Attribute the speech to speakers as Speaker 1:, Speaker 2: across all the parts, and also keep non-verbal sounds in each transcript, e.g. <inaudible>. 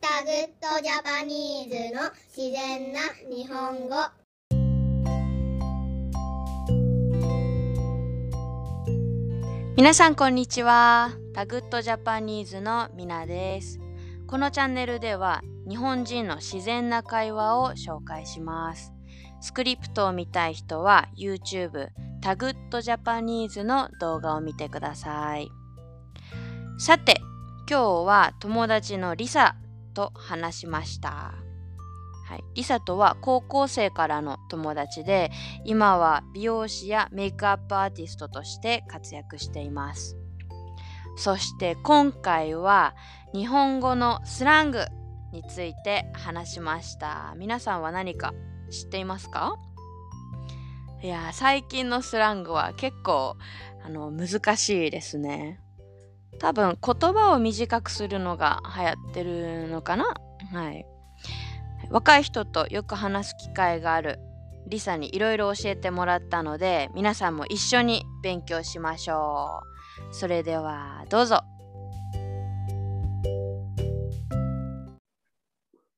Speaker 1: アグッドジャパニーズの自然な日本語
Speaker 2: 皆さんこんにちはタグッドジャパニーズのみなですこのチャンネルでは日本人の自然な会話を紹介しますスクリプトを見たい人は YouTube タグッドジャパニーズの動画を見てくださいさて今日は友達のリサと話しましたはい、リサとは高校生からの友達で今は美容師やメイクアップアーティストとして活躍していますそして今回は日本語のスラングについて話しました皆さんは何か知っていますかいやー最近のスラングは結構あの難しいですね多分言葉を短くするのが流行ってるのかなはい若い人とよく話す機会があるリサにいろいろ教えてもらったので皆さんも一緒に勉強しましょうそれではどうぞ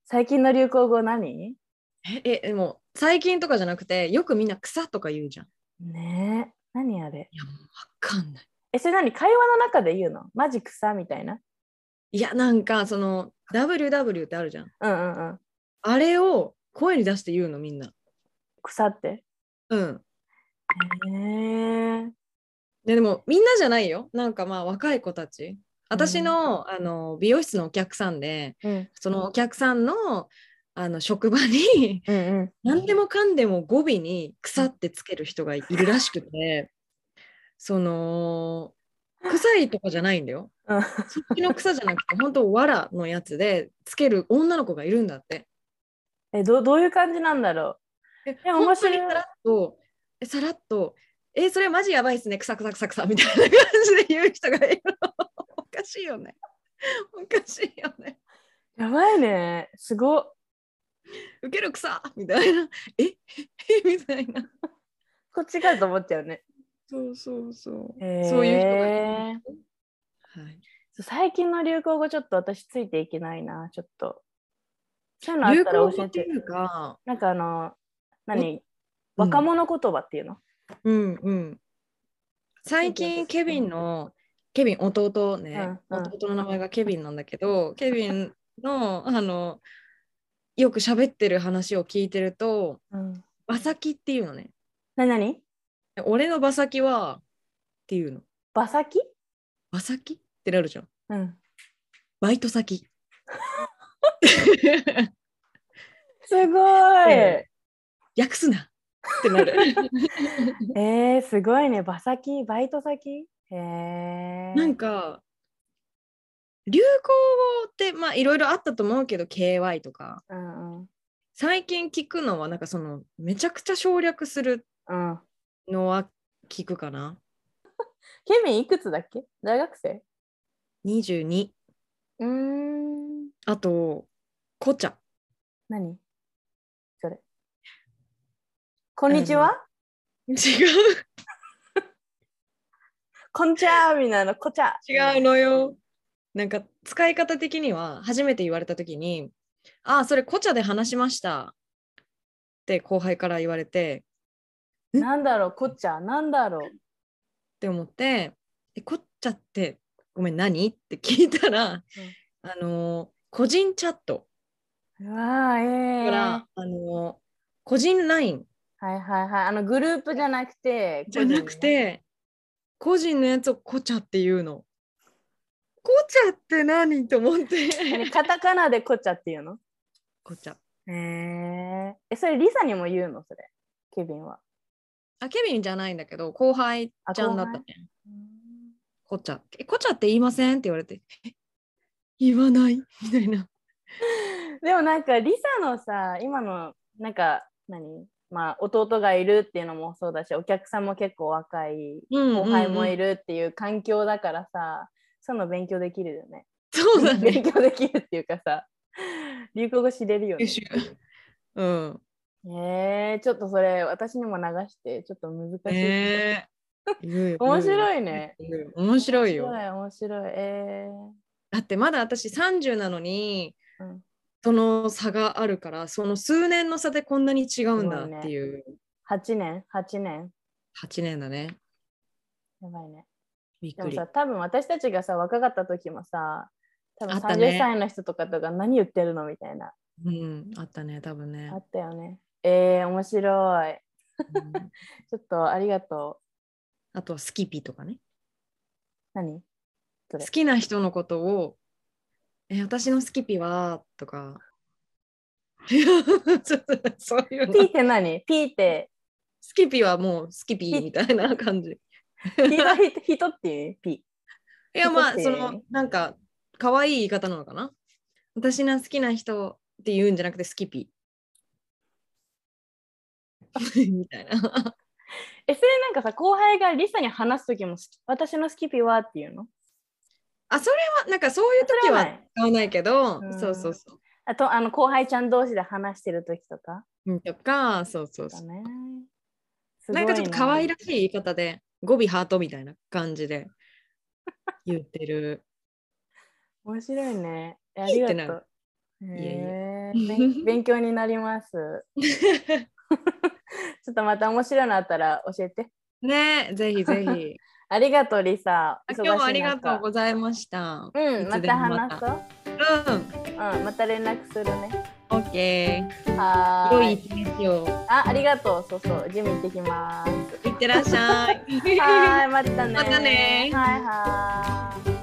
Speaker 3: 最近の流行語何
Speaker 4: え、え、でも最近とかじゃなくて、よくみんな草とか言うじゃん。わ
Speaker 3: ねえ何あれ
Speaker 4: かんない。
Speaker 3: えそれ何会話の中で言うのマジ草みたいない
Speaker 4: や、なんかその WW ってあるじゃん。
Speaker 3: うんうんうん
Speaker 4: あれを声に出して言うのみんな。
Speaker 3: 草って
Speaker 4: うん。
Speaker 3: へえ
Speaker 4: ででもみんなじゃないよ。なんかまあ若い子たち。私の,、あの美容室のお客さんで、
Speaker 3: うん
Speaker 4: そのお客さんのあの職場 <laughs> に
Speaker 3: うんうん
Speaker 4: 何でもかんでも語尾に「草」ってつける人がいるらしくて、その臭いとかじゃないんだよ。
Speaker 3: うん <laughs>
Speaker 4: そっちの草じゃなくて、本当わらのやつでつける女の子がいるんだって。
Speaker 3: えどどういう感じなんだろ
Speaker 4: え、
Speaker 3: え面白い
Speaker 4: 本当にさらっと、えさらっと、え、それマジやばいっすね、くさくさくさくさみたいな感じで言う人がいるの。おかしいよね。おかしいよね。
Speaker 3: うやばいねすごっ
Speaker 4: ウケる草みたいな。え <laughs> えみたいな。
Speaker 3: こっちかと思っちゃうね
Speaker 4: そうそうそう。
Speaker 3: へー
Speaker 4: そういう人がいる。はい
Speaker 3: そう最近の流行語ちょっと私ついていけないなちょっとそういうのあっ
Speaker 4: 流
Speaker 3: た
Speaker 4: 行
Speaker 3: ら
Speaker 4: 語
Speaker 3: 教え
Speaker 4: って
Speaker 3: て
Speaker 4: いうか、
Speaker 3: なんかあの何
Speaker 4: うん
Speaker 3: 若者言葉っていうの、
Speaker 4: うんうん。最近ケビンのケビン弟ね、
Speaker 3: うんうん
Speaker 4: 弟の名前がケビンなんだけど、ケビンのあのよく喋ってる話を聞いてると
Speaker 3: うん、
Speaker 4: 馬先っていうのね。
Speaker 3: なになに
Speaker 4: 俺の馬先はっていうの。
Speaker 3: 馬先
Speaker 4: 馬先ってなるじゃん。
Speaker 3: うん
Speaker 4: バイト先。
Speaker 3: <laughs> すごい、
Speaker 4: え訳すなってなる。
Speaker 3: えー、すごいね。場先、バイト先。へえー。
Speaker 4: なんか流行語ってまあいろいろあったと思うけど KY とか。
Speaker 3: うんうん。
Speaker 4: 最近聞くのはなんかそのめちゃくちゃ省略する
Speaker 3: うん。
Speaker 4: のは聞くかな
Speaker 3: ケビンいくつだっけ大学生
Speaker 4: 22
Speaker 3: うーん。
Speaker 4: あと紅茶
Speaker 3: 何それ。こんにちは、
Speaker 4: <laughs> 違う
Speaker 3: こんちゃーみたいな、こちゃ。
Speaker 4: 違うのよなんか使い方的には初めて言われた時に「ああそれ紅茶で話しました」って後輩から言われて
Speaker 3: なんだろう、こっちゃ。なんだろう。
Speaker 4: って思って「え紅茶ってごめん何?」って聞いたら、あのー個人チャット
Speaker 3: うわー、ええー。
Speaker 4: から、あのー個人 LINE
Speaker 3: はいはいはい。あの、グループじゃなくて、
Speaker 4: じゃなくて、個人のやつをコチャっていうの。コチャって何と思っ
Speaker 3: 個人のね。
Speaker 4: て。
Speaker 3: 何カタカナでこっちゃっていうの
Speaker 4: コチャ。
Speaker 3: へえー。え、それ、リサにも言うのそれ。ケビンは。
Speaker 4: あ、ケビンじゃないんだけど、後輩ちゃんだったね。
Speaker 3: うん
Speaker 4: コチャ。え、コチャって言いませんって言われて。え言わないみたいな。
Speaker 3: でもなんかリサのさ今のなんか何まあ弟がいるっていうのもそうだしお客さんも結構若い
Speaker 4: うん
Speaker 3: 後輩もい
Speaker 4: る。
Speaker 3: るっていう環境だからさ、そういうの勉強できるよね
Speaker 4: そうだね。
Speaker 3: 勉強できるっていうかさ流行語知れるよね
Speaker 4: 優秀。うん。
Speaker 3: えー、ちょっとそれ私にも流してちょっと難しい、
Speaker 4: ええ。
Speaker 3: 面白いね
Speaker 4: 言うよ。面白いよ。
Speaker 3: 面白い面白いえ
Speaker 4: だってまだ私30なのに、
Speaker 3: うん
Speaker 4: その差があるからその数年の差でこんなに違うん
Speaker 3: す
Speaker 4: だ
Speaker 3: ごいね
Speaker 4: っていう
Speaker 3: 8年 ?8 年
Speaker 4: 8年だね
Speaker 3: やばいね。
Speaker 4: びっ
Speaker 3: で
Speaker 4: く
Speaker 3: も
Speaker 4: り
Speaker 3: さ、多分私たちがさ、若かった時もさ、多分
Speaker 4: あったね
Speaker 3: 30歳の人とかとか何言ってるのみたいな。
Speaker 4: うんあったね多分ね
Speaker 3: あったよね。えー、面白い。
Speaker 4: うん
Speaker 3: ちょっとありがと
Speaker 4: あとはスキピとかね
Speaker 3: う。何そ
Speaker 4: 好
Speaker 3: れ
Speaker 4: きな人のことを「え私のスキピは?」とか <laughs> いやちょっとそういう
Speaker 3: ピー
Speaker 4: の
Speaker 3: って何ピーって
Speaker 4: スキピはもうスキピみたいな感じ
Speaker 3: ピーは人人っていうピ
Speaker 4: <laughs>
Speaker 3: ー。
Speaker 4: いやまあ
Speaker 3: 人って
Speaker 4: そのなんか可愛い言い方なのかな私の好きな人って言うんじゃなくてスキピ <laughs> みたいな
Speaker 3: え、それなんかさ、後輩がリサに話す時も好き、私のスキピはっていうの
Speaker 4: あそれはなんかそういう時
Speaker 3: それはな
Speaker 4: はい使わないけど
Speaker 3: うん
Speaker 4: そうそうそ
Speaker 3: あと、あの、後輩ちゃん同士で話してる時とか
Speaker 4: ううんとかそうそう
Speaker 3: だ
Speaker 4: そう
Speaker 3: ね。
Speaker 4: なんかちょっと可愛
Speaker 3: ら
Speaker 4: らしい言い方で語尾ハートみたいな感
Speaker 3: <laughs>
Speaker 4: じで言ってる
Speaker 3: 面白いね。えありが
Speaker 4: ってな
Speaker 3: と
Speaker 4: る
Speaker 3: う。へ
Speaker 4: いえい
Speaker 3: え勉
Speaker 4: <laughs>
Speaker 3: 勉強になります。ちょっとまた面白いのあったら教えて。
Speaker 4: ねぜひぜ
Speaker 3: <laughs>
Speaker 4: ひ
Speaker 3: ありがとう、リサ。
Speaker 4: あ今日はありがとう
Speaker 3: う。
Speaker 4: ございました
Speaker 3: う
Speaker 4: い
Speaker 3: ん、
Speaker 4: つ
Speaker 3: ま
Speaker 4: で
Speaker 3: た
Speaker 4: も
Speaker 3: 話そう。
Speaker 4: うん
Speaker 3: うん、また連絡するね。
Speaker 4: OK
Speaker 3: は
Speaker 4: 良
Speaker 3: ー
Speaker 4: い
Speaker 3: い。
Speaker 4: 一日を
Speaker 3: あ、ありがとう。そうそう、ジム行ってきます。
Speaker 4: <laughs> いってらっしゃい
Speaker 3: はーい、またね。
Speaker 4: またね
Speaker 3: はいはーい。